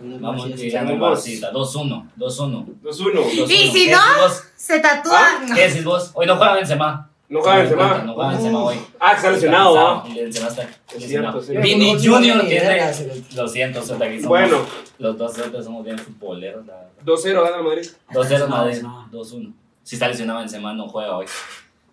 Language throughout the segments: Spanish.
Unas Vamos bolsitas. tirando Vamos. bolsita. 2-1, 2-1. 2-1. Dos, Y uno. si ¿Qué no, decís vos? se tatúa. Ah, No. ¿Qué decís vos? Hoy no juega Benzema. No juega cuenta, Benzema. No juega Benzema hoy. Ah, que está lesionado, ¿ah? El Benzema está Es lesionado. cierto, sí. Vini No, no, Junior no, ni idea, tiene... se los- Lo siento, Sota, aquí somos... Bueno, Los dos Sota somos bien futboleros, la verdad. 2-0 gana el Madrid. 2-0 Madrid, Benzema. 2-1. Si está lesionado Benzema, no juega hoy.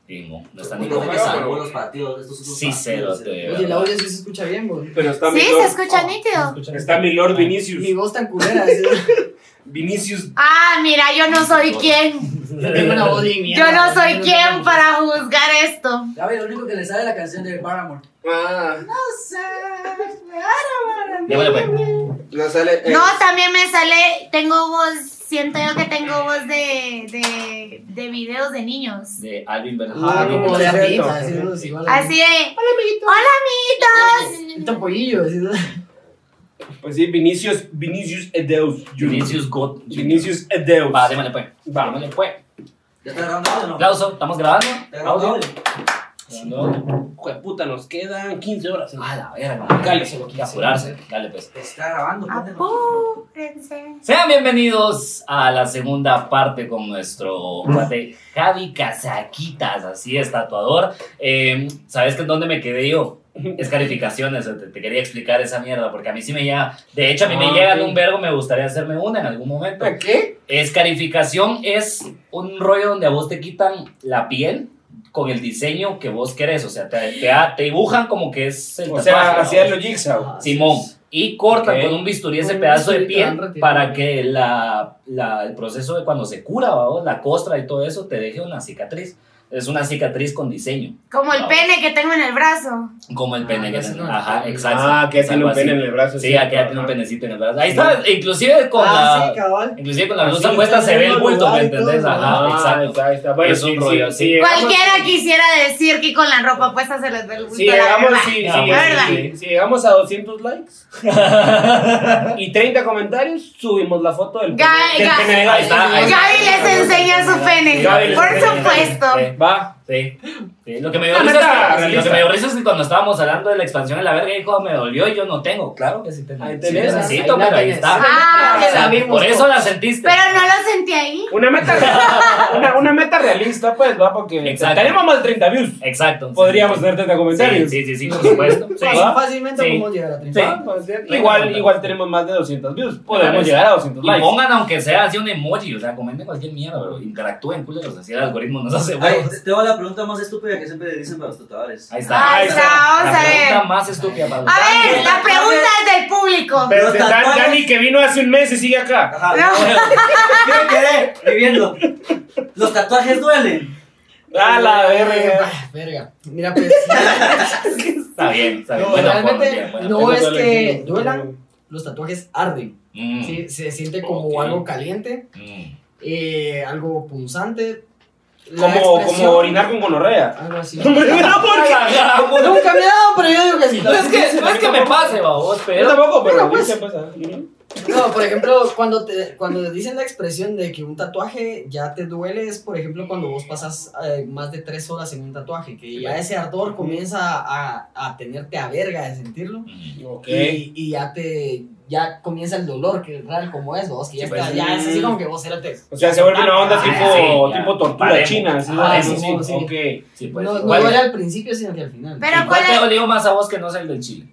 Bingo, no está ni No Nico me juega, convocado. salvó pero- los partidos. Estos otros Sí, partidos, cero, eh. te- Oye, la olla sí se escucha bien, güey. Pero está Sí, mi se Lord. escucha Se nítido. escucha bien. Está mi Lord Mi Vinicius. voz tan culera. es- Vinicius. Ah, mira, yo no soy quien. Yo tengo una voz de mierda. Yo no soy tengo quien una- para juzgar esto. Ya ve, lo único que le sale es la canción de Paramore. Ah, Démosle, pues. la sale. eh, No, también me sale, tengo voz, siento yo que tengo voz de, de, de videos de niños. De Alvin Ah, Bernal. como no, de no, amiguita. no, así, unos igual a- Así de, hola amiguitos. Un topollillo. así, ¿no? Pues sí, Vinicius. Vinicius Edeus. Jr. Vinicius Got. Vinicius Edeus. Va, démosle, pues. Va. Démosle, pues. ¿Ya está grabando o no? Aplauso, ¿estamos grabando? ¿Está grabando? Grabando. Hijo de puta, nos quedan 15 horas. A la verga. Dale, Hay que apurarse. Dale, pues. Está grabando. cuéntanos. Apúrense. Sean bienvenidos a la segunda parte con nuestro cuate Javi Casaquitas, así es, tatuador. Eh, ¿Sabes que dónde me quedé yo? Es calificaciones, te, te quería explicar esa mierda, porque a mí sí me llega, de hecho a mí me Ah, llegan ok. un vergo, me gustaría hacerme una en algún momento. ¿Qué? Es calificación, es un rollo donde a vos te quitan la piel con el diseño que vos querés, o sea, te, te- te dibujan como que es el O sea, tatuaje, hacía ¿no? lo Ah, jigsaw. Simón. Y cortan Ok. con un bisturí ese Un pedazo de bisturí te van piel retirando. para que la, la- el proceso de cuando se cura, ¿va? la costra y todo eso, te deje una cicatriz. Es una cicatriz con diseño, Como el Wow. pene que tengo en el brazo. como el Ah, pene que ya sé, tiene. no, Ajá, no, exacto. Ah, que es tiene algo un pene en así. el brazo. Sí, aquí ya tiene un ajá. penecito en el brazo. Ahí está, inclusive con Ah, la... sí, cabal. Inclusive con la Así blusa está puesta se en ve el el bulto, ¿me lugar y todo, entendés? Ajá, Ah, exacto. está, está. Bueno, Es un sí, rollo, sí. sí, sí, llegamos- Cualquiera quisiera decir que con la ropa puesta se les ve el gusto. Si a la llegamos, verdad. sí, sí, La sí, verdad. Ah, sí, sí. Si llegamos a 200 likes y 30 comentarios, subimos la foto del Ga- pene- del ga- pene de Ahí está, ahí está. Gaby les enseña su pene. Gaby les Por enseña. supuesto. Sí. Va. Sí, eh, sí. Lo que me dio La risa neta, es que, lo realista. que me dio risa es que cuando estábamos hablando de la expansión en la verga, hijo, me dolió y yo no tengo. Claro que sí te Ahí sí tenés, necesito, ahí la pero ahí tenés. está. Ah, O sea, la vimos por eso todos. la sentiste. Pero no lo sentí ahí. Una meta, una, una meta realista, pues, va, porque Exacto. tenemos más de 30 views. Exacto. sí. Podríamos tener 30 Sí, comentarios. sí, sí, sí, por supuesto. Sí. Pues, Fácil- Fácilmente Sí. podemos llegar a 30. Va, va, sí. Venga, Igual, contamos. igual tenemos más de 200 views. Podemos Parece. llegar a 200 Y likes. pongan, aunque sea así, un emoji, o sea, comenten cualquier mierda, pero interactúen, culeros, así el algoritmo nos hace Ay, huevos. te- Tengo la pregunta más estúpida que siempre le dicen para los tatuadores. Ahí está. Ahí está, vamos la a ver. pregunta más estúpida para los A ver, Daniel. la pregunta es del público. Pero Los Dan- tatuajes- Dani, que vino hace un mes y sigue acá. Ajá. Yo me quedé viviendo. Los tatuajes duelen. A la verga. Ah, verga. Mira, pues. Está bien, está bien. No, Buena forma, realmente bien, buena no forma. es Eso duele. que duelan. Los tatuajes arden. Mm, Sí, se siente como Ok. algo caliente, mm. eh, algo punzante. La Como, como expresión- orinar con gonorrea. Algo así. No, porque- Nunca me he dado, pero yo digo que sí. No es que, no es que me pase, babos, Yo pero. tampoco, pero Pero, pues, dice, pues, ah, ujú. No, por ejemplo, cuando te cuando te dicen la expresión de que un tatuaje ya te duele, es por ejemplo cuando vos pasas eh, más de tres horas en un tatuaje, que ya ese ardor comienza a, a tenerte a verga de sentirlo. Ok. Y, y ya te ya comienza el dolor que es real como es, vos que ya, Sí, está- pues, ya mm. es así como que vos érate. O sea, se vuelve una onda Ah, tipo, sí, ya. tipo tortura Paremos. china. así, Ah, ¿no? sí, Sí, sí. ok. Sí, No, pues. no ¿Cuál- duele al principio, sino que al final. Pero- ¿Cuál ¿Cuál es? te dolió más a vos que no es el del chile?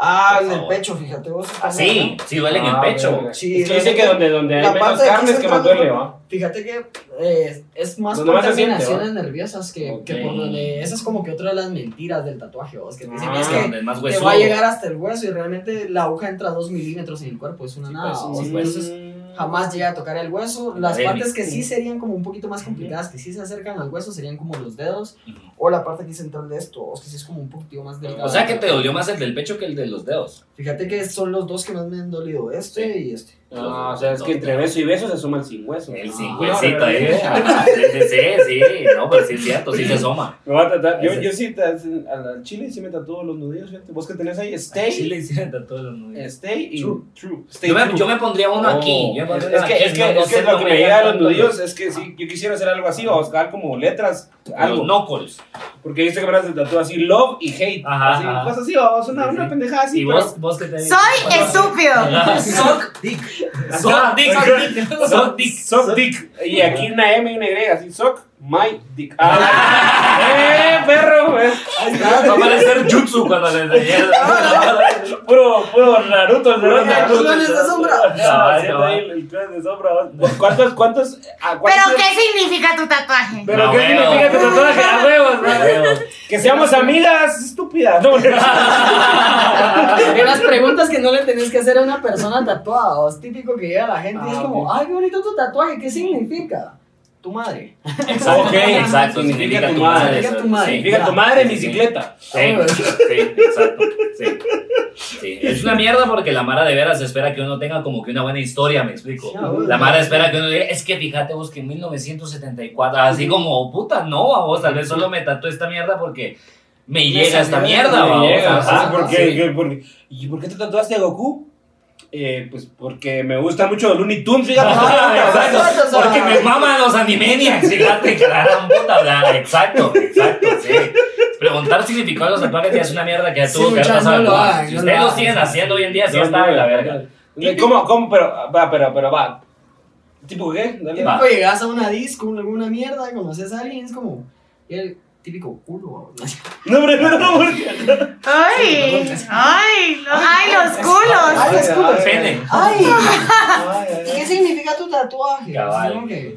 ah, por en el favor. Ah, pecho, fíjate vos. Sí, sí duele en el Ah, pecho. verga. Sí, es que dice que donde, donde hay La menos parte de aquí carne es que más central, duele, ¿no? ¿va? Fíjate que eh, es más Donde por más se siente, terminaciones nerviosas que, Ok. que por donde. Esa es como que otra de las mentiras del tatuaje, vos, que te dicen Ah, es Sí, que donde es más te huesudo. va a llegar hasta el hueso y realmente la aguja entra dos milímetros en el cuerpo, es una nada. pues, vos, sí, pues. entonces jamás llega a tocar el hueso. Las Débil. partes que sí serían como un poquito más complicadas, que sí se acercan al hueso, serían como los dedos Ujú. o la parte aquí central de esto, vos, que sí es como un poquito más delgada. O sea que te dolió más el del pecho que el de los dedos. Fíjate que son los dos que más me han dolido, este y este. No, Ah, o sea, es que entre beso y beso se suma el sin hueso. Ah, El No, cincuecito, no, ¿eh? no, no. Ah, Sí, Ah, sí, sí, sí, no, pero sí es cierto, sí se soma. Me voy a tratar- Yo, Ese. yo sí, te- al al chile sí me tatúo los nudillos, fíjate. Vos que tenés ahí, stay, Sí le hicieron tatuajes los nudillos. stay y True. true. Stay Yo me, true. yo me pondría uno aquí. yo me No, es, pondría uno que, aquí, es que, no- no es que sé, lo no que me llega a los tanto. nudillos es que sí, yo quisiera hacer algo así, o buscar como letras, algo. Los knuckles. Porque viste que me se tatúa así, love y hate. Ajá, así, ajá. cosas así, o es una, Sí, sí. una pendejada así. ¿Y pero- vos, vos qué te Soy estúpido. Sock dick. Sock dick. Sock dick. Sock dick. Y aquí una M y una Y, así, sock my dick. Ah, ¡Eh, perro! ¿ves? Ahí está. Va a parecer jutsu cuando le enseñé. Ah, Puro, puro Naruto, el Puro Naruto. Naruto. Clones de sombra. Ah, sí, ahí el- el clan de sombra. ¿Cuántos, cuántos? a ¿Pero cuántos- qué significa tu tatuaje? ¿Pero No qué veo. significa tu tatuaje? A huevos, ¿no? Que seamos amigas, estúpida. No, Hay unas preguntas que no le tenés que hacer a una persona tatuada. o Es típico que llega la gente y es Ah, como, ok. ay, qué bonito tu tatuaje, ¿qué significa? Tu madre. Exacto, Ok. exacto. Significa tu madre. Significa tu madre. significa tu madre en bicicleta. Sí, sí, exacto. Sí. Sí, Es una mierda porque la Mara de veras espera que uno tenga como que una buena historia, me explico. Ah, bueno. La Mara espera que uno diga, es que fíjate vos que en 1974, así como, puta, no, a vos tal vez solo me tatué esta mierda porque me llega esta mierda, Me va, o llega, sea, ajá, sí, ¿por qué? sí. ¿Qué- por qué? ¿Y por qué te tatuaste a Goku? Eh, pues porque me gusta mucho Looney Tunes, fíjate. Exacto, Exacto, o sea. porque me maman los animaniacs, fíjate, que la gran puta, ¿verdad? exacto, exacto, sí. Preguntar significado de los tatuajes ya es una mierda que ya Sí, tuvo que haber muchachos, pasado. no lo el hagan, cuadro. si no lo ustedes lo hagan. siguen haciendo hoy en día, sí está de la verga. ¿Cómo, cómo, pero, va, pero, pero, va? ¿Tipo qué? Dale. Va. Típico llegas a una disco, una- alguna mierda, conoces a alguien, es como el típico culo. ¿no? No, pero, no, no, porque... Ay, ay, lo- ay, los culos. Ay, es culo. Pene. Ay, ¿qué significa tu tatuaje? Cabal. ¿No que,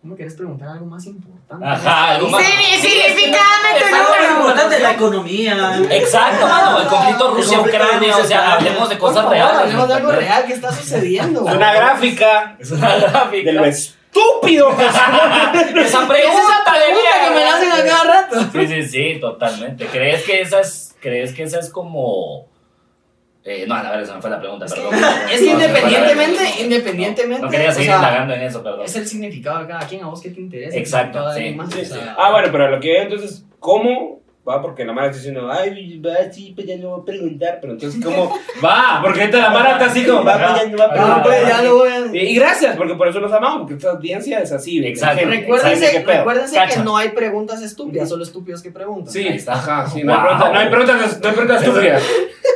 ¿Cómo querés preguntar algo más importante? Ajá, algo más. Sí, significa dame tu Algo muy número. importante, la economía. Eh, Exacto, mano, el conflicto Rusia-Ucrania, o sea, hablemos de Por cosas favor, reales. hablemos de algo real que está sucediendo. Es una gráfica Es una gráfica. de lo estúpido que Esa pregunta, Esa es la pregunta que me la hacen a cada rato. Sí, sí, sí, totalmente. ¿Crees que esa es, crees que esa es como... Eh, no, a ver, esa me fue la pregunta, perdón. Es No, que se me fue independientemente, la- independientemente. No quería o seguir sea, indagando en eso, perdón. Es el significado de cada quien, a vos que te interesa. Exacto, el significado sí, de alguien más, sí, o sea, sí. Ah, bueno, pero lo que entonces, ¿cómo? Va, porque la Mara está diciendo, ay, va, sí, pues ya no voy a preguntar, pero entonces, ¿cómo? Va, porque ahorita la Mara está así como, va, pues ya no va a Ah, Ah, preguntar. pues ya lo voy a- Y, y gracias, porque por eso los amamos, porque esta audiencia es así. de Exacto. gente, Recuérdense, ¿saben de qué pedo? recuérdense que Cacha. no hay preguntas estúpidas, solo estúpidos que preguntan. Sí, Ahí está. ajá, sí, no, hay Wow. preguntas, no hay preguntas, no hay preguntas estúpidas.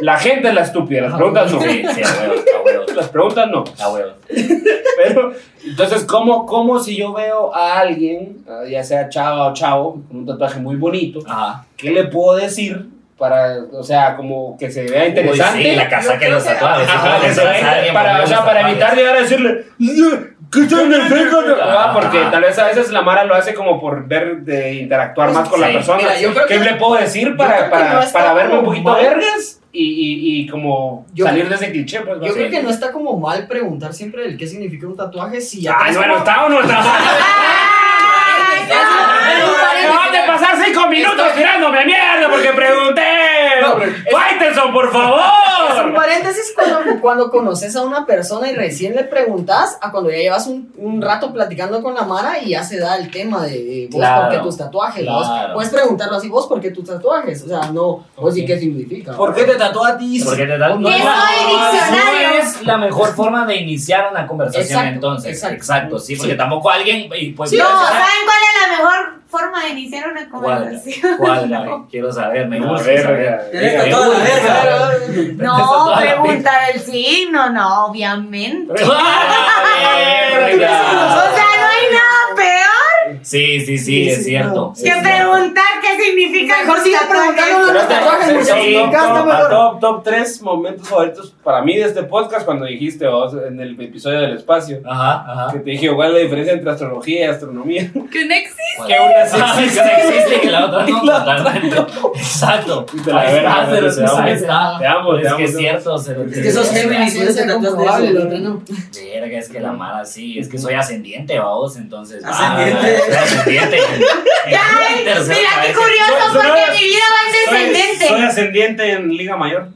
La gente es la estúpida, las preguntas no. Sí, sí, a huevos, a huevos, Las preguntas no. a huevos. Pero, entonces, ¿cómo, cómo si yo veo a alguien, ah, ya sea chava o chavo, con un tatuaje muy bonito, Ajá. ¿qué le puedo decir para, o sea, como que se vea interesante? Uy, sí, la casaca de los tatuajes. Ajá, sí, que sí, se sí, vea- alguien Ah, para, pone o sea, los para tatuajes. evitar llegar a decirle, ¿qué tal el fresco?" Ah, porque tal vez a veces la Mara lo hace como por ver, de interactuar más con la Sí. persona. Mira, yo creo ¿Qué que- le puedo decir creo para, que para, no está para verme un como poquito mal. vergas y, y, y como Yo- salir de ese cliché? Pues, Yo sé. creo que no está como mal preguntar siempre el qué significa un tatuaje si ya. Ay, tenés bueno, como- ¿está o Ah, no está? Ay, Me van a pasar cinco minutos tirándome mierda porque pregunté. Faitelson, por Es un favor. paréntesis cuando, cuando conoces a una persona y recién le preguntas a cuando ya llevas un, un rato platicando con la Mara y ya se da el tema de, de eh, vos Claro, por qué tus tatuajes. claro. Vos puedes preguntarlo así, vos por qué tus tatuajes. O sea, no, vos y qué significa. ¿Por qué te tatuatis? ¿Por qué te dan? No, Eso no, es diccionario. No es la mejor forma de iniciar una conversación Exacto, entonces. exacto. Exacto, sí, porque tampoco alguien y pues Sí, No, o sea, ¿saben cuál es la mejor forma de iniciar una ¿Cuál? conversación? ¿Cuál? Gaby? Quiero saber, me gusta saber. Tenés tatuado la verga. No, preguntar el signo, no, obviamente. O sea, no hay nada peor Ah, Sí, sí, sí, Sí, sí, es cierto. no. es que cierto. preguntar qué significa Mejor los siga tatuajes. preguntando los tatuajes, Sí, muchachos. no, Me encanta, top, mejor. top, top 3 momentos favoritos para mí de este podcast cuando dijiste vos, en el episodio del espacio. Ajá, ajá. Que te dije, ¿cuál es la diferencia entre astrología y astronomía? Que no existe. Que una sí Ah, existe. que existe, que la otra no, Y la otra totalmente. Exacto. Y te la Ahí verga, está, te pero amo, ahí te está. Te amo, te Es amo, que es te cierto. se- Es que sos Géminis. La ciencia Tatuajes de comprobable, eso. la otra no. Verga, es que la mala sí, es que soy ascendente, vamos, entonces. va, Ascendiente. soy ascendiente. Ay, Tercero, mira a qué ver si curioso Soy- soy- porque mi vida va en Soy- descendente. Soy ascendiente en Liga Mayor.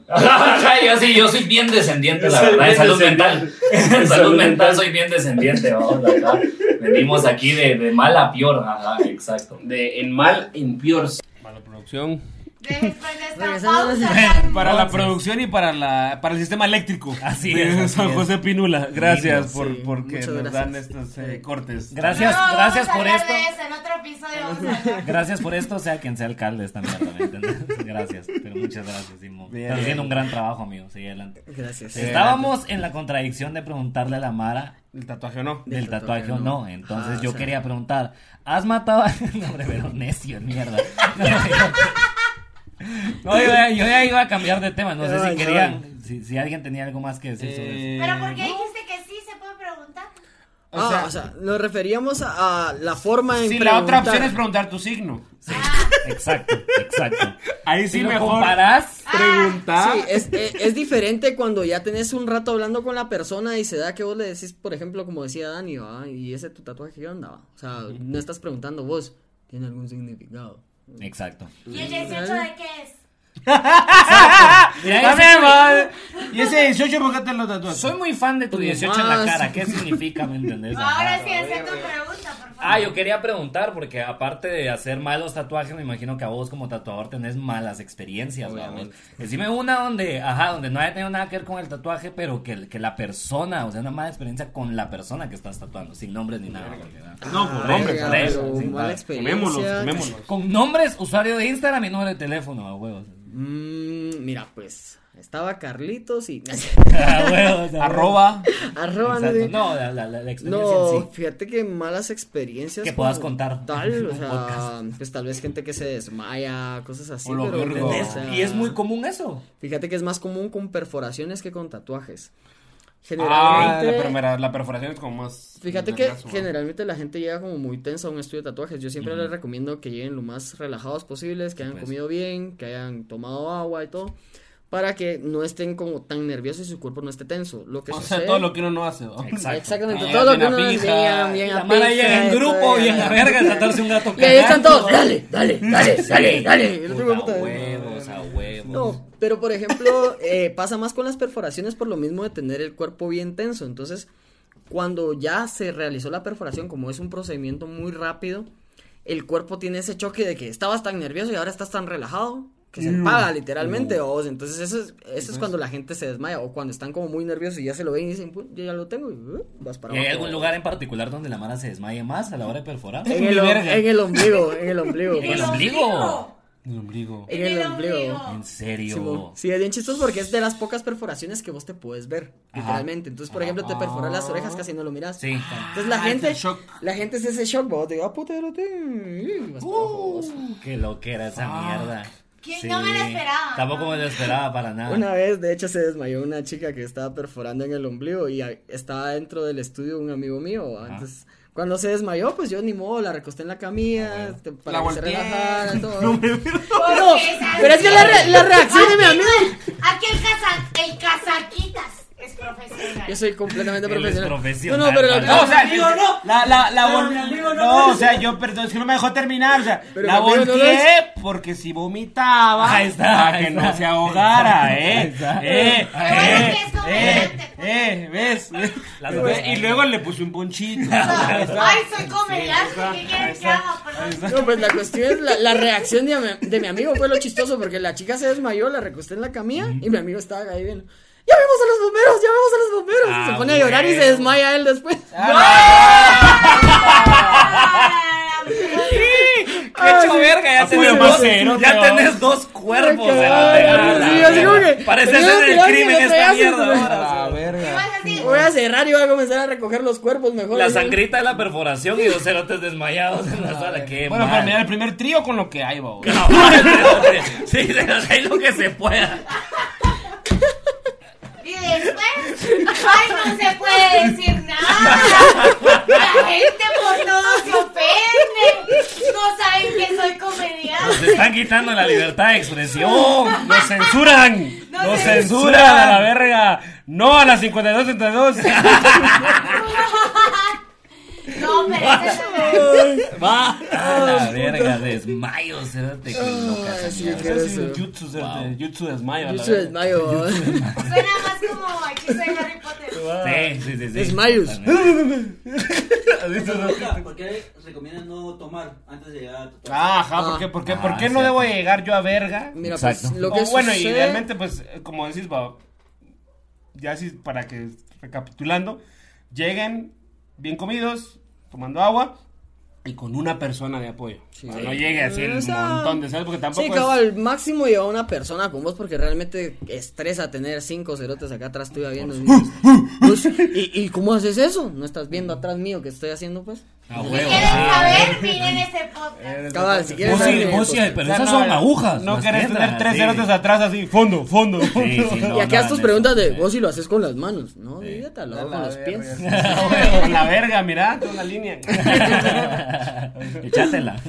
yo sí, yo soy bien descendiente, la Soy verdad, en bien salud descendiente. mental. En salud mental soy bien descendiente, vamos, la verdad. Venimos aquí de, de mala pior, ajá, exacto. De en mal, en peor. Para la producción. Después de esta Regresando a la pausa ciudad. tan- Para la producción y para, la, para el sistema eléctrico. Así De es, así San es. José Pinula. Gracias Sí, por sí, porque muchas nos gracias. dan estos eh, cortes. Gracias, No, gracias vamos por a hablar esto. de eso, en otro episodio vamos a hablar. Gracias por esto, sea quien sea alcalde esta mierda, ¿me entiendes? Gracias, pero muchas gracias, Simo. Bien. Estás haciendo un gran trabajo, amigo. Sigue adelante. Gracias. Estábamos en la contradicción de preguntarle a la Mara El tatuaje o no. del tatuaje o no. Entonces Ah, yo o sea. quería preguntar, ¿has matado a... No, hombre, pero necio, mierda. No, yo, ya- yo ya iba a cambiar de tema, no sé Ay, si no. querían, si, si alguien tenía algo más que decir sobre eso. Eh, Pero porque dijiste que sí se puede preguntar. O Ah, sea- o sea, nos referíamos a, a la forma en Sí, la preguntar. otra opción es preguntar tu signo. Sí, exacto, exacto. Ahí Si sí lo mejor comparás, Ah, preguntar. Sí, es, es- es diferente cuando ya tenés un rato hablando con la persona y se da que vos le decís, por ejemplo, como decía Dani, ¿va? y ese tu tatuaje, ¿qué onda? va? O sea, no estás preguntando vos, ¿tiene algún significado? exacto. ¿Y el 18 de qué es? Mira, Dame, ese- va. Y ese 18, ¿por qué te lo tatuaste? Soy muy fan de tu Como 18 en la más. cara. ¿Qué significa? ¿Me entendés? Ahora Ajá. sí, haz tu pregunta, por favor. Ah, yo quería preguntar, porque aparte de hacer malos tatuajes, me imagino que a vos como tatuador tenés malas experiencias, vamos. Decime una donde, ajá, donde no haya tenido nada que ver con el tatuaje, pero que, que la persona, o sea, una mala experiencia con la persona que estás tatuando, sin nombres ni nada. Ah, porque, ¿no? No, por hombre, Verga, por eso. pero sí, mala va. experiencia. Comémonos, comémonos. Con nombres, usuario de Instagram y número de teléfono, a huevos. Mm, mira, pues, estaba Carlitos y... A huevos. a huevos. Arroba. Arroba, no Exacto. sé. No, la, la- la- la experiencia en sí. No, fíjate que malas experiencias. Que puedas como contar en Tal, o un sea, podcast. pues tal vez gente que se desmaya, cosas así. O lo pero, vergo. o Es- sea, y es muy común eso. Fíjate que es más común con perforaciones que con tatuajes. Ah, la, Generalmente, primera, la perforación es como más. fíjate del que brazo, ¿no? generalmente la gente llega como muy tensa a un estudio de tatuajes. Yo siempre les recomiendo que lleguen lo más relajados posibles, que hayan Pues. comido bien, que hayan tomado agua y todo, para que no estén como tan nerviosos y su cuerpo no esté tenso. Lo que O sucede- sea, todo lo que uno no hace. ¿no? Exacto. Exactamente, Ah, todo lo que bien a uno pija. llega, bien a La mala pija, llega en eso, grupo y en la ya. verga de tratarse un gato Y ahí están cagando. todos, dale, dale, dale, dale, dale. Y el otro Puta, puta, huevos, a huevos. No, pero por ejemplo, eh, pasa más con las perforaciones por lo mismo de tener el cuerpo bien tenso. Entonces, cuando ya se realizó la perforación, como es un procedimiento muy rápido, el cuerpo tiene ese choque de que estabas tan nervioso y ahora estás tan relajado que se apaga literalmente. vos. Entonces, eso es, eso es cuando la gente se desmaya o cuando están como muy nerviosos y ya se lo ven y dicen, "Pu- yo ya lo tengo y uh, vas para ¿Y hay abajo. algún lugar en particular donde la mara se desmaye más a la hora de perforar? En el, Mi om- verga. en el ombligo, en el ombligo. pues, En el ombligo. El ombligo. En el ombligo. En serio. Simón. Sí, es bien chistoso porque es de las pocas perforaciones que vos te puedes ver, Ajá. literalmente. Entonces, por ejemplo, te perforas las orejas, casi no lo miras. Sí. Entonces la Ah, es gente, el shock. la gente es ese shock, vos te digo, ah, puta, yo lo tengo. Y vas para abajo, vos. Uh. Qué loquera esa mierda. ¿Quién? Sí. No me la esperaba. Tampoco me lo esperaba para nada. Una vez, de hecho, se desmayó una chica que estaba perforando en el ombligo y a- estaba dentro del estudio un amigo mío. ¿va? Ajá. Entonces, cuando se desmayó, pues yo ni modo, la recosté en la camilla te- para Ah, La que se volteé. relajara, todo. pero, Porque es pero es que la, re- la reacción de mi amigo... Aquí el, casa, el casaquitas es profesional. Yo soy completamente Él es profesional. profesional, No, no, pero lo pal. que- No, o sea, Amigo, no. la, "Ah, la, la vol- mi amigo, no, no, no, o sea, yo, perdón, es que no me dejó terminar, o sea, Pero la mi amigo no lo volteé porque si vomitaba, Ahí está, para ahí que está. no se ahogara, Ahí eh, está. eh, Lo bueno es eh, que es comediante, eh, pues. eh, ves, Las Y dos. y luego le puse un ponchito, Ahí está. Ay, soy comediante. ¿Qué quieren que haga? Perdón. No, pues la cuestión es la, la reacción de mi, de mi amigo fue lo chistoso porque la chica se desmayó, la recosté en la camilla y mi amigo estaba ahí viendo. Ya vemos a los bomberos, ya vemos a los bomberos. Y Ah, se pone a llorar y se bueno. desmaya él después. Ah, ¡Qué hecho verga! Ya, tenés Apoyo dos, más cero, ya tío. tenés dos cuerpos. Ay, de la caray, verga. sí, así como que- Parece tenía ser que el darle crimen los esta pedazos, mierda. ¿no? ahora, o sea. La verga. Voy a cerrar y voy a comenzar a recoger los cuerpos mejor. La Así. sangrita de la perforación y dos cerotes desmayados en la sala. Qué Bueno, mal. para mirar el primer trío con lo que hay, babo. No, hombre, sí, se nos cae lo que se pueda. Y después, ay, no se puede decir nada. La gente por todo se ofende. No saben que soy Nos comediante. están quitando la libertad de expresión. Nos censuran, Nos nos censuran. censuran a la verga, no a las 52 No, pero ese es Va a la verga, desmayo, cérate con Ah, Ay, locas. sí, mierda. qué- Eso es un jutsu, certe, jutsu desmayo. a la Jutsu verga. desmayo. Suena más como a chiste de Harry Potter. Sí, sí, sí, sí. Desmayos. ¿Por qué recomiendan no tomar antes de llegar a tu trabajo? Ah, Ajá, ¿por qué, por qué, por Ah, qué no cierto. debo de llegar yo a verga? Mira, pues Exacto. lo que O, Oh, bueno, sucede- y realmente, pues, eh, como decís, va, ya sí, para que, recapitulando, lleguen bien comidos, tomando agua y con una persona de apoyo. O sea, No llegue así el O sea, montón de ¿sabes? porque tampoco Sí, es- cabal, máximo lleva una persona con vos porque realmente estresa tener cinco cerotes acá atrás tuya viendo. Y, dices, "Pues, ¿y, y cómo haces eso? ¿No estás Mm. viendo atrás mío que estoy haciendo, pues? A Si huevo. quieren Ah. saber, miren este podcast. Cabal, si quieres... Vos sí, dale, vos sí, pues, pero O sea, esas no, son agujas. No las querés piedras, tener tres sí. cerotes atrás así, fondo, fondo, Sí, fondo. sí, no, Y no, acá estas no, preguntas no, de no. vos si lo haces con las manos. No, dígate, lo hago con los pies. La verga, mirá, toda una línea. Echátela.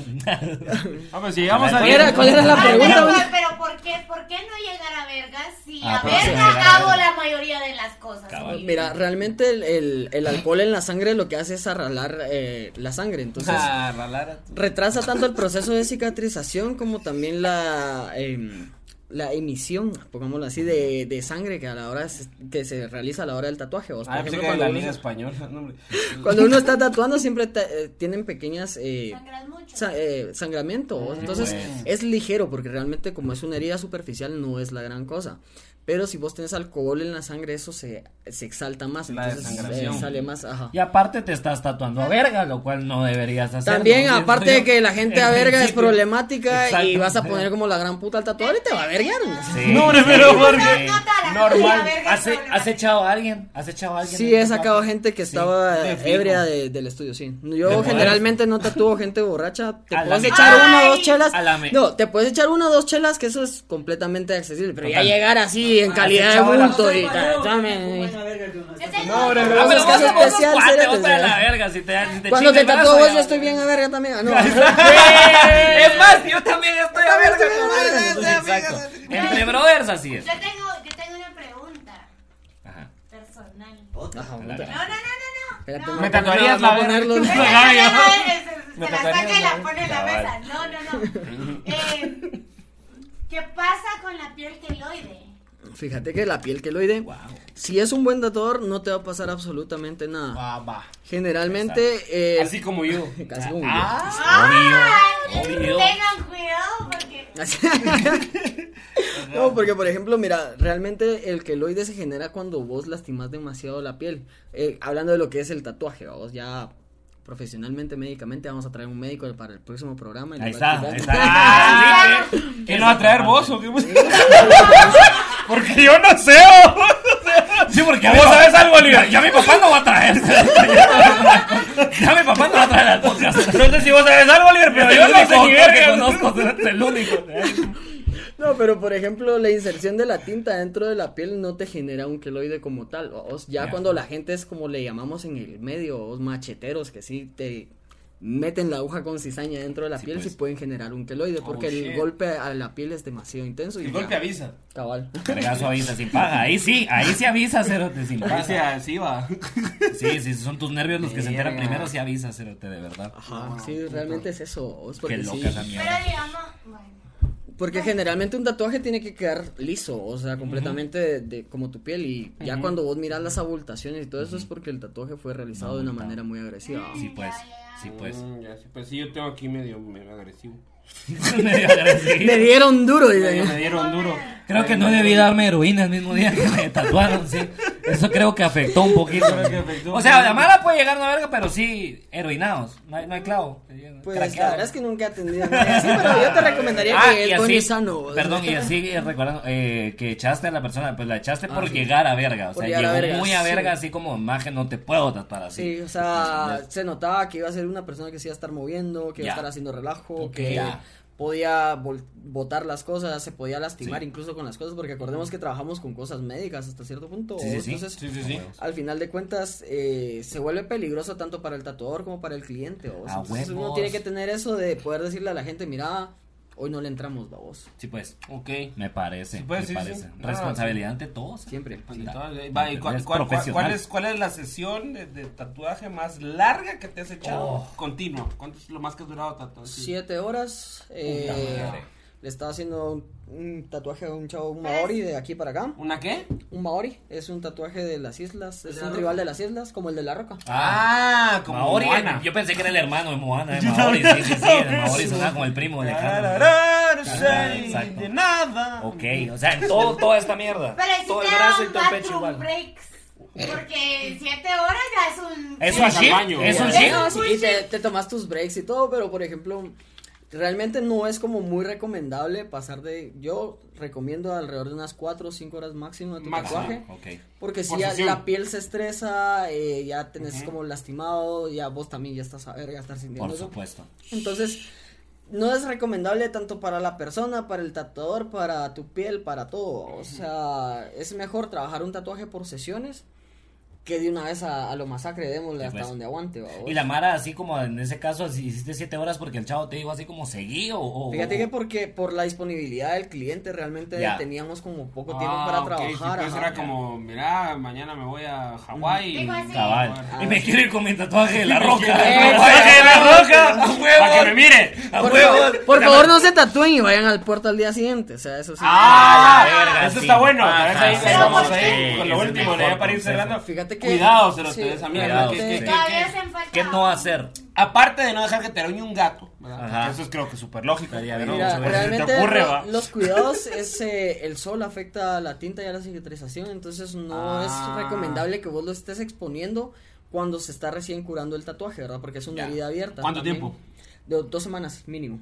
Vamos, si llegamos a ¿Cuál era, cuál era la Ah, pregunta? pero, güey? pero ¿por qué, por qué no llegar a vergas si Ah, a porque verga sí, a hago verga. la mayoría de las cosas? Cabal. Sí. Mira, realmente el, el- el alcohol en la sangre lo que hace es arralar eh, la sangre, entonces... Ah. Ah, Retrasa tanto el proceso de cicatrización como también la, em, la emisión, pongámoslo así, de, de sangre que a la hora se- que se realiza a la hora del tatuaje. Vos, por Ah, pensé ejemplo, que era la cuando, liga uno, española. no, hombre. cuando uno está tatuando siempre te- eh, tienen pequeñas... eh, Sangras mucho. sa- eh, sangramiento, Mm, vos. entonces es ligero porque realmente como es una herida superficial no es la gran cosa. Pero si vos tenés alcohol en la sangre eso se, se exalta más, La entonces eh, desangración. sale más, ajá. Y aparte te estás tatuando a verga, lo cual no deberías hacer. También, ¿no? aparte de que la gente En a verga es principio. problemática y Exacto. vas a poner como la gran puta al tatuador y te va a verguear. ¿no? Sí. No, hombre, pero Sí. ¿por qué? No, no, toda la Normal. familia verga ¿Has, e-, es problemática. has echado a alguien? ¿Has echado a alguien? Sí, he en tu Ah, sacado tatuaje? gente que Sí. estaba De fijo. ebria de- del estudio, sí. Yo De generalmente no tatúo gente borracha. Te A la puedes me- echar una o dos ¡Ay! chelas. A la me- No, te puedes echar una o dos chelas, que eso es completamente accesible. Pero Total. ya llegar así, en calidad de echado la- bulto y Pero, dame. buena pues, verga que uno está Yo tengo- tomando. pero- Ah, pero vos Caso sos especial, cuate, cerote, vos sos de la ¿verdad? verga, si te dan- si Cuando te chingas, tatúo vas vos, a- yo estoy bien a verga también. Ah, no. Es más, yo también estoy a verga. estoy a verga, compadre. Exacto. Entre brothers así es. Yo tengo, yo tengo una pregunta Ajá. personal. Otra. Ajá, No, no, no, no, espérate, no. no. me pongo- tatuarías me la voy a verga. ponerlo- Se la saca y la- se la saca y la pone en la mesa. Cabal. No, no, no. Eh, ¿Qué pasa con la piel queloide? Fíjate que la piel queloide, si es un buen tatuador, no te va a pasar absolutamente nada. Va, va. Generalmente, eh, Así como yo. casi como Ah, ¡Ay! obvio. Tengan cuidado porque. yo. no, porque por ejemplo, mira, realmente el queloide se genera cuando vos lastimas demasiado la piel. Eh, hablando de lo que es el tatuaje, vos ya profesionalmente, médicamente, vamos a traer un médico para el próximo programa. y Ahí nos va a está, ahí explicar. está. ¿Qué Ah, no va a traer vos o qué? Porque yo no sé. Sí, porque ¿Vos sabes algo, Ya, Oliver? ya mi papá no va a traer. ya mi papá no va a traer al podcast. No sé si vos sabes algo, Oliver, pero El yo no único sé ni doctor que verga. conozco, es el único. No, pero por ejemplo, la inserción de la tinta dentro de la piel no te genera un queloide como tal. vamos. ya Ya. cuando la gente es como le llamamos en el medio, vamos, macheteros, que sí te meten la aguja con cizaña dentro de la Sí, piel, pues. sí pueden generar un queloide, porque el shit. golpe a la piel es demasiado intenso. y El ya. golpe avisa. Cabal. Vergazo avisa sin paja. Ahí sí, ahí sí avisa, Cerote, sin paja. Dice así va. Sí, sí, son tus nervios los que se enteran Verga. primero, sí avisa, Cerote, de verdad. Ajá, sí, realmente es eso. vamos, Qué Porque, sí- loca esa Pero mierda. digamos. Bueno. porque generalmente un tatuaje tiene que quedar liso, o sea, completamente de, de- como tu piel. Y ya cuando vos miras las abultaciones y todo eso es porque el tatuaje fue realizado de una Abultado. manera muy agresiva. vamos. Sí, pues. Sí, pues. Mm, ya sé, Pero sí, yo tengo aquí medio, medio agresivo. Medio agresivo. Me dieron duro, Medio dice. Me dieron duro. Creo que no debí darme heroína el mismo día que me tatuaron, sí. Eso creo que afectó un poquito. Creo que afectó. O sea, la mala puede llegar a una verga, pero sí, heroinados. No hay, no hay clavo. Pues la Craqueado. verdad es que nunca he atendido a nadie así, pero yo te recomendaría Ah, que y el Tony así, sano. o sea. perdón, y así eh, recordando eh, que echaste a la persona, pues la echaste Ah, por sí. llegar a verga, o Por sea, llegar llegó a verga, muy a sí. verga, así como imagen, no te puedo tatuar así. Sí, o sea, se notaba que iba a ser una persona que se iba a estar moviendo, que iba Ya. a estar haciendo relajo, Ok. que Ya. podía vol- botar las cosas, se podía lastimar incluso con las cosas, porque acordemos que trabajamos con cosas médicas hasta cierto punto. Sí, sí, sí. Entonces, Sí, sí, sí. al final de cuentas, eh, se vuelve peligroso tanto para el tatuador como para el cliente. ¿vos? A Entonces, uno Ah, huevos. tiene que tener eso de poder decirle a la gente, mira, Hoy no le entramos, babos. Sí, pues. Ok. Me parece. Sí, pues, me sí, parece. sí. Responsabilidad ante todos. ¿eh? Siempre. Sí, Entonces, va, ¿y cuál, Es cuál- cuál- profesional. cuál es, ¿Cuál es la sesión de, de tatuaje más larga que te has echado? Oh. Continua. ¿Cuánto es lo más que has durado tatuaje? Siete horas. eh, Puta madre. le estaba haciendo un, un tatuaje a un chavo, un maori de aquí para acá. ¿Una qué? Un maori es un tatuaje de las islas, es un rival de las islas, como el de la roca. Ah, como Maori, Moana. yo pensé que era el hermano de Moana, de Maori, sí, sí, sí, de Maori sonaba como el primo de Alejandro. Tararara, Ajá, say exacto. de nada. Ok, o sea, en todo, toda esta mierda. Pero si todo te el da brazo y un todo el pecho bathroom igual. breaks. Porque siete horas ya es un. Es un al baño. shit, es un Ya. shit. Eso es Sí, bullshit. y te, te tomas tus breaks y todo, pero por ejemplo, realmente no es como muy recomendable pasar de. Yo recomiendo alrededor de unas 4 o 5 horas máximo de tu Máximo, tatuaje. Ok. Porque si Por ya sesión. la piel se estresa, eh, ya tenés como lastimado, ya vos también ya estás a ver, ya estás sintiendo Por eso. supuesto. Entonces, no es recomendable tanto para la persona, para el tatuador, para tu piel, para todo. O sea, es mejor trabajar un tatuaje por sesiones que de una vez a, a lo masacre, démosle Sí, hasta pues. donde aguante. babos. Y la Mara, así como en ese caso, si hiciste siete horas porque el chavo te dijo así como seguí o. o- Fíjate o- que porque por la disponibilidad del cliente realmente Ya. teníamos como poco tiempo Ah, para ok, sí, trabajar. Entonces ajá. era como, mirá, mañana me voy a Hawái. Digo así. Cabal. Ah. Y me quiero ir con mi tatuaje de la roca. quiero ir. ¡Tatuaje de la roca! ¡A Para que me huevo! mire. ¡A Por, huevo! favor, por favor, no se tatúen y vayan al puerto al día siguiente. O sea, eso sí. Ah, Ah, la verga, eso sí. está bueno. Ajá, Pero ahí sí, estamos sí, ahí con lo ese es último, mejor ¿no? ya para ir consejo. cerrado. Fíjate que- Cuidado, se los sí, te esa mierda. cuidado, que- que- sí. que- Todavía que- hacen falta. ¿Qué no hacer? Aparte de no dejar que te arañe un gato. ¿verdad? Ajá. Porque Eso es creo que súper lógico. Estaría pero bien. Mira, Vamos a ver si realmente te ocurre, lo- va. los cuidados es eh, el sol afecta a la tinta y a la cicatrización, entonces no Ah. es recomendable que vos lo estés exponiendo cuando se está recién curando el tatuaje, ¿verdad? Porque es una Ya. herida abierta. ¿Cuánto tiempo? De dos semanas mínimo.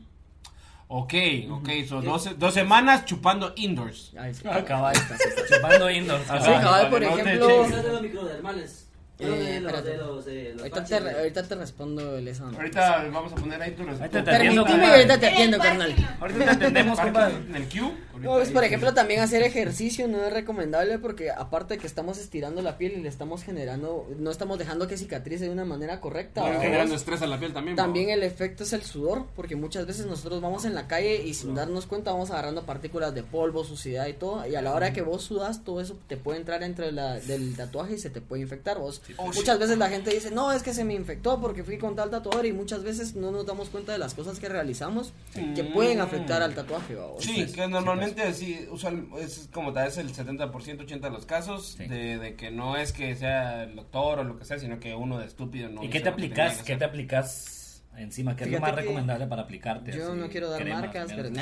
Ok, ok, son dos, dos semanas chupando indoors. Ahí sí. Ah, cabal. Ahí está, sí está. Chupando indoor. Sí, Vale, cabal, vale, por no te ejemplo. Son de los microdermales. Son Eh, de los, espérate. de los, de los Ahorita te, parches, güey. ahorita te respondo el examen. Ahorita vamos a poner ahí tu te respuesta. atiendo, Permitime y carnal. ahorita te En el atiendo, parking, carnal. Ah, ¿no? Ahorita te atendemos, Parque, compadre. En el queue. No, pues, por ejemplo, también hacer ejercicio no es recomendable porque aparte de que estamos estirando la piel y le estamos generando, no estamos dejando que cicatrice de una manera correcta. ¿verdad? generando estrés a la piel también. También el efecto es el sudor, porque muchas veces nosotros vamos en la calle y sin darnos cuenta vamos agarrando partículas de polvo, suciedad y todo, y a la hora que vos sudas todo eso te puede entrar entre la del tatuaje y se te puede infectar vos. muchas veces la gente dice, "No, es que se me infectó porque fui con tal tatuador" y muchas veces no nos damos cuenta de las cosas que realizamos que pueden afectar al tatuaje, ¿va vos? Sí, que normalmente sí, usual, es como tal vez el 70%, 80% de los casos, Sí. de, de que no es que sea el doctor o lo que sea, sino que uno de estúpido no ¿eh? ¿Y hizo qué te lo que aplicas? tenía que ¿Qué te hacer. aplicas encima? ¿Qué es lo Fíjate más que recomendable para aplicarte? yo Así, no quiero dar crema, marcas, pero- No,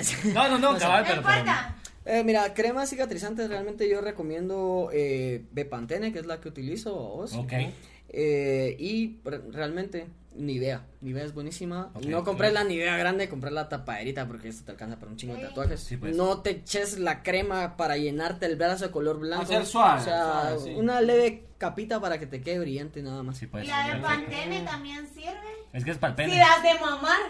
no, no, No sé. cabal, No pero... importa. Eh, mira, crema cicatrizante realmente yo recomiendo eh, Bepantene, que es la que utilizo, ¿va vos? pero- Ok. Eh, y re- realmente, Nivea. Nivea es buenísima. Ok, no compré ok. la Nivea grande, compré la tapaderita porque esto te alcanza para un chingo de Sí. tatuajes. Sí, pues. No te eches la crema para llenarte el brazo de color blanco. Hacer suave, o sea, suave, sí. una leve capita para que te quede brillante nada más. Sí, pues. Y la de Pantene también sirve. Es que es para el Si pene. las de mamar.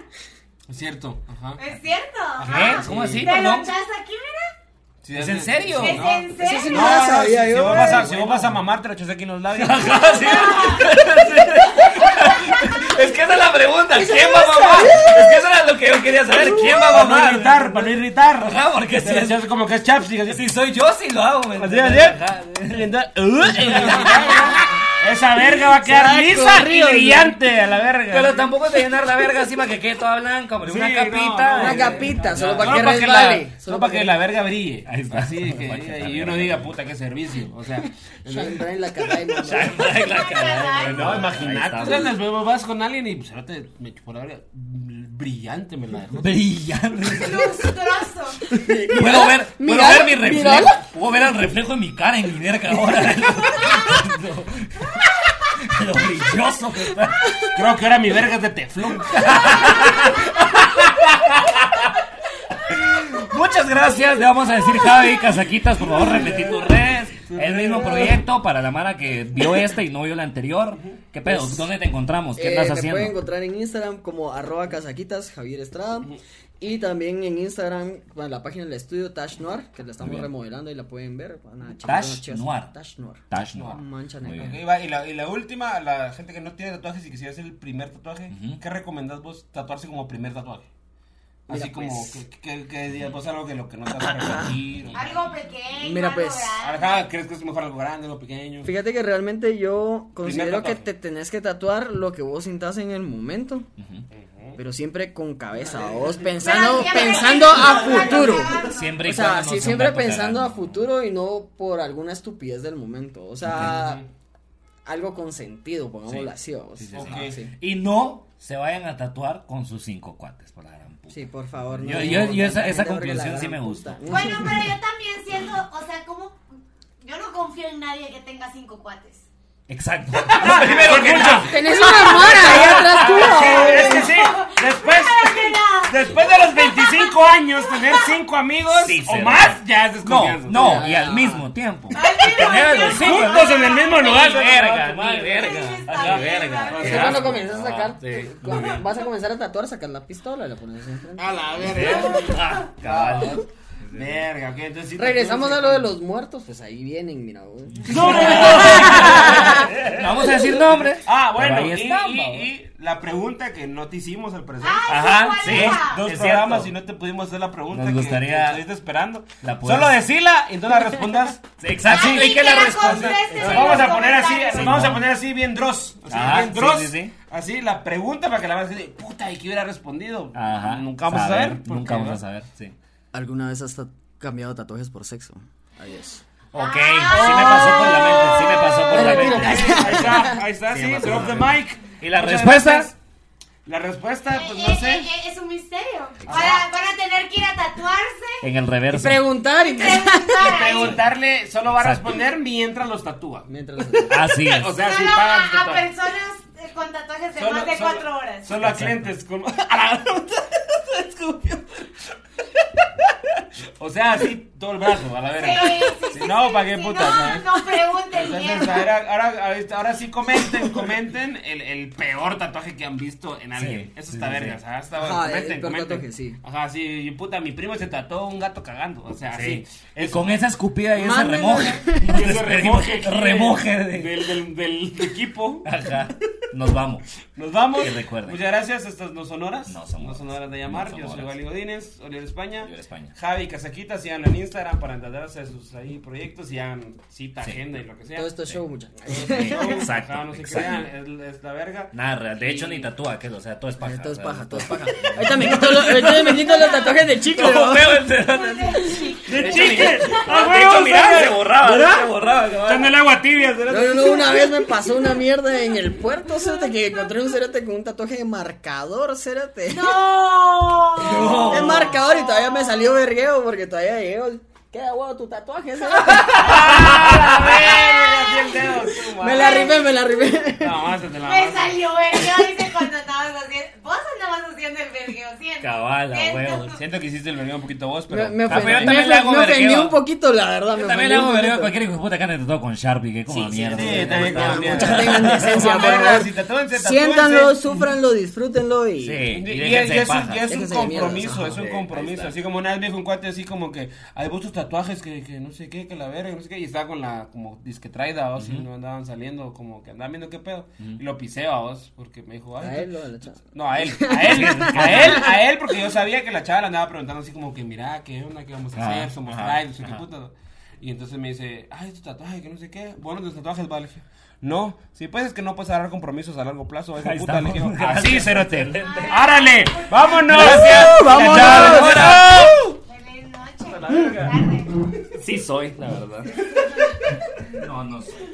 Es cierto, ajá. Es cierto. Ajá, ¿Cómo así? ¿Te lo Perdón. echas aquí, mira? Sí, ¿Es en serio? sí, ¿Es no. en serio? sí No, la no, sabía si, yo, si vos vas a, güey. si vos vas a mamar, te lo echas aquí en los labios. Ajá, sí. Es que esa es la pregunta, ¿quién va a mamar? Es que eso era lo que yo quería saber, ¿quién va a Para no mamar? irritar, para no irritar. Ajá, porque si Te lo es- echas como que es chaps, y así. si soy yo, sí lo hago, ¿me Así, entiendes? Ajá. así. Y entonces, ¡uh! Esa verga va a quedar va lisa y corriendo. brillante a la verga. Pero tampoco es de llenar la verga así para que quede toda blanca, hombre. Sí, una no, capita. no, Una eh, capita, solo Solo para que para que, resbale. la, solo solo para que la verga brille. Ahí está. Así que, Para que la y uno verga diga, brille. puta, qué servicio. O sea, Shine bright la cara de mamá. Ay, la caray, no, bueno, ahí imagínate. está. las huevos pues, vas con alguien y pues, ahorita me chupó la verga. Brillante me la dejó. Brillante. Lustroso. Puedo ver, puedo Mírala, ver mi reflejo. mírala. Puedo ver el reflejo de mi cara en mi verga ahora. Lo, lo brilloso que está. Creo que ahora mi verga es de teflón. Muchas gracias. Le vamos a decir Javi Casaquitas, por favor, repetí tus redes. El mismo proyecto para la Mara que vio este y no vio la anterior. ¿Qué pedo? ¿Dónde te encontramos? Pues, ¿Qué Pues, andas Eh, me pueden haciendo? encontrar en Instagram como arroba casaquitas Javier Estrada. Y también en Instagram, bueno, la página del estudio Tash Noir, que la estamos bien. remodelando y la pueden ver. Van a checar Tash unas chivas. Noir. Tash Noir. Tash Noir. Mancha Muy negra. bien. Ok, va, y, la, y la última, la gente que no tiene tatuajes y quisiera hacer el primer tatuaje, Ujú. ¿qué recomendás vos tatuarse como primer tatuaje? Así Mira, como pues. que, que, que digamos algo que lo que no te vas a repetir. Algo pequeño. Mira, algo pues, grande. Ajá, ¿crees que es mejor algo grande, algo pequeño? Fíjate que realmente yo considero que tatuaje. te tenés que tatuar lo que vos sintas en el momento, pero siempre con cabeza, vos pensando, Pero siempre- pensando a futuro. Siempre y O sea, cuando no sí, sea siempre un gato pensando a cagando. futuro y no por alguna estupidez del momento. O sea, algo con sentido, pongámoslo así. vamos. Sí, sí, sí. Ah, Ok. sí. Y no se vayan a tatuar con sus cinco cuates, por la gran puta. Sí, por favor. Yo- le yo- digan yo tanta esa- gente esa porque la conclusión sí gran me puta. gusta. Bueno, pero yo también siento, o sea, como. Yo no confío en nadie que tenga cinco cuates. Exacto. Porque no. Tenés una mora ahí atrás tuyo. Es que sí, después, después de los 25 años, tener 5 amigos Sí, o se más, ya es No, desconfianza. no, y al mismo tiempo. Tener a los cinco Juntos en el mismo lugar. Mi verga, Ah, mi verga, Ajá. mi verga. O Qué sea, cuando asco. comienzas a sacar, Ah, sí. cu- vas a comenzar a tatuar, sacas la pistola y la pones enfrente. A la verga. Ah, cabal. Verga, ok, entonces sí. Regresamos a lo de los muertos, pues ahí vienen, mira. vos. No, no, no. No Vamos a decir nombres. Ah, Pero bueno, ahí y, están, y- babos. y la pregunta que no te hicimos al presentar. Ay, Ajá, ¿cuál sí. era? Dos es programas cierto. y no te pudimos hacer la pregunta Nos que- gustaría- que estuviste esperando. La puedes- Solo decila y tú la respondas. Exacto. Ay, y que la que la respuesta. conteste. Nos Sí, vamos a los poner así, comentarios. nos vamos a poner así bien dross, así Ajá, bien dross, sí, sí, sí. así la pregunta para que la vas a decir, puta, ¿y qué hubiera respondido? Ajá. Nunca vamos a saber. porque- Nunca vamos a saber, sí. ¿Alguna vez has ta- cambiado tatuajes por sexo? Adiós. Ok, sí me pasó por la mente, sí me pasó por la Pero mente. Ahí está, ahí está, Sí, sí, más o drop the menos. mic. ¿Y la Muchas respuesta? gracias. La respuesta, Eh, pues eh, no sé. eh, eh, es un misterio. Para, van a tener que ir a tatuarse. En el reverso. Preguntar y Preguntar. ahí. Preguntarle, solo va a Exacto. responder mientras los tatúa. Mientras Así es. O sea, si Solo pagan a, a total. personas eh, con tatuajes de más de solo- cuatro horas. Solo a clientes con. Escupió. o sea, así todo el brazo, a la Sí, verga. sí, Si sí, no, sí, ¿para qué sí, putas, no? eh? No, no pregunten Entonces, mierda. ahora, ahora, ahora sí comenten, comenten el, el peor tatuaje que han visto en alguien. Sí, Eso sí, está sí, verga, sí. o sea, está- Ajá, el comenten, peor comenten. tatuaje, sí. Ajá, sí, y puta, mi primo se tatuó un gato cagando, o sea, Sí. así. Y Eh, con esa escupida y ese Mándenlo. remoje. nos Y ese despedimos. remoje, aquí Remoje de- de- del, del, del equipo. Ajá. Nos vamos. Nos vamos. Que recuerden. Muchas gracias. Estas no son horas. No son horas. horas de llamar. No son Yo soy horas. Wally Godínez, Oliver España. Oliver España. Javi Casaquita, síganlo en Instagram para enterarse de sus ahí proyectos y hagan cita, Sí. agenda y lo que sea. todo esto es show, muchachos. Exacto, Exacto. no se exacto. crean, es, es la verga. Nada, real. de hecho ni tatúa, que o sea, todo es paja. Todo es o sea, paja, todo es paja. Ahorita me quito los, ahorita me quito los tatuajes de chicle. Todo ¿no? feo, entonces. ¡De chicle! De hecho, mira, se borraba, se borraba. cabal. Echando el agua tibia. ¿verdad? No, no, no, una vez me pasó una mierda en el puerto, cérate, que encontré un cérate con un tatuaje de marcador, cérate. No. De marcador y todavía me salió vergueo porque todavía llego. Queda huevo tu tatuaje, cérate. ¡Ah, la verga! ¡Cien dedos! Me la rifé, me la rifé. No, más te Me la mamaste. salió vergueo, dice cuando andabas haciendo. Vos andabas haciendo el vergueo, siento. Cabal, a Siento. huevo. Siento que hiciste el verga un poquito vos, Me, pero. me, Ah, pero yo ofendí, también me le hago ofendí- me ofendí vergueo. un poquito, la verdad. me También ofendí le hago un verga a poquito. cualquier hijo de puta que ande tatuado con Sharpie, que como mierda. Sí, también Ah, como mierda. muchachos, tengan decencia, por Verga, favor. si tatúense, tatúense. Siéntanlo, sufranlo, disfrútenlo y. Sí, Y, y y es, déjense y de es un, paja. y es un Déjense de mierdas, compromiso, ajá. es un Sí, ahí compromiso. está. Así como una vez me dijo un cuate así como que, hay vos tus tatuajes que, que no sé qué, que la verga, no sé qué. Y estaba con la, como, disque traida, vos, y no andaban saliendo, como que andaban viendo qué pedo. Y lo pisé a vos, porque me dijo, ay, A tú- él, lo- a la chava. No, a él, a él, a él, a él, porque yo sabía que la chava le andaba preguntando así como que, mira, qué onda, qué vamos a Ajá, hacer, somos ajá, traidores, no sé ajá. qué puta. Y entonces me dice, ay, tu tatuaje, que no sé qué, bueno, tus tatuajes, vale. Le dije, No, si pues es que no puedes agarrar compromisos a largo plazo, esa Ahí puta, le dije, estamos. así, Gracias. cerote. ¡Árale! ¡Vámonos! Gracias. ¡Vámonos! Chao. Feliz noche. Tarde. Sí soy, la verdad. No, no soy.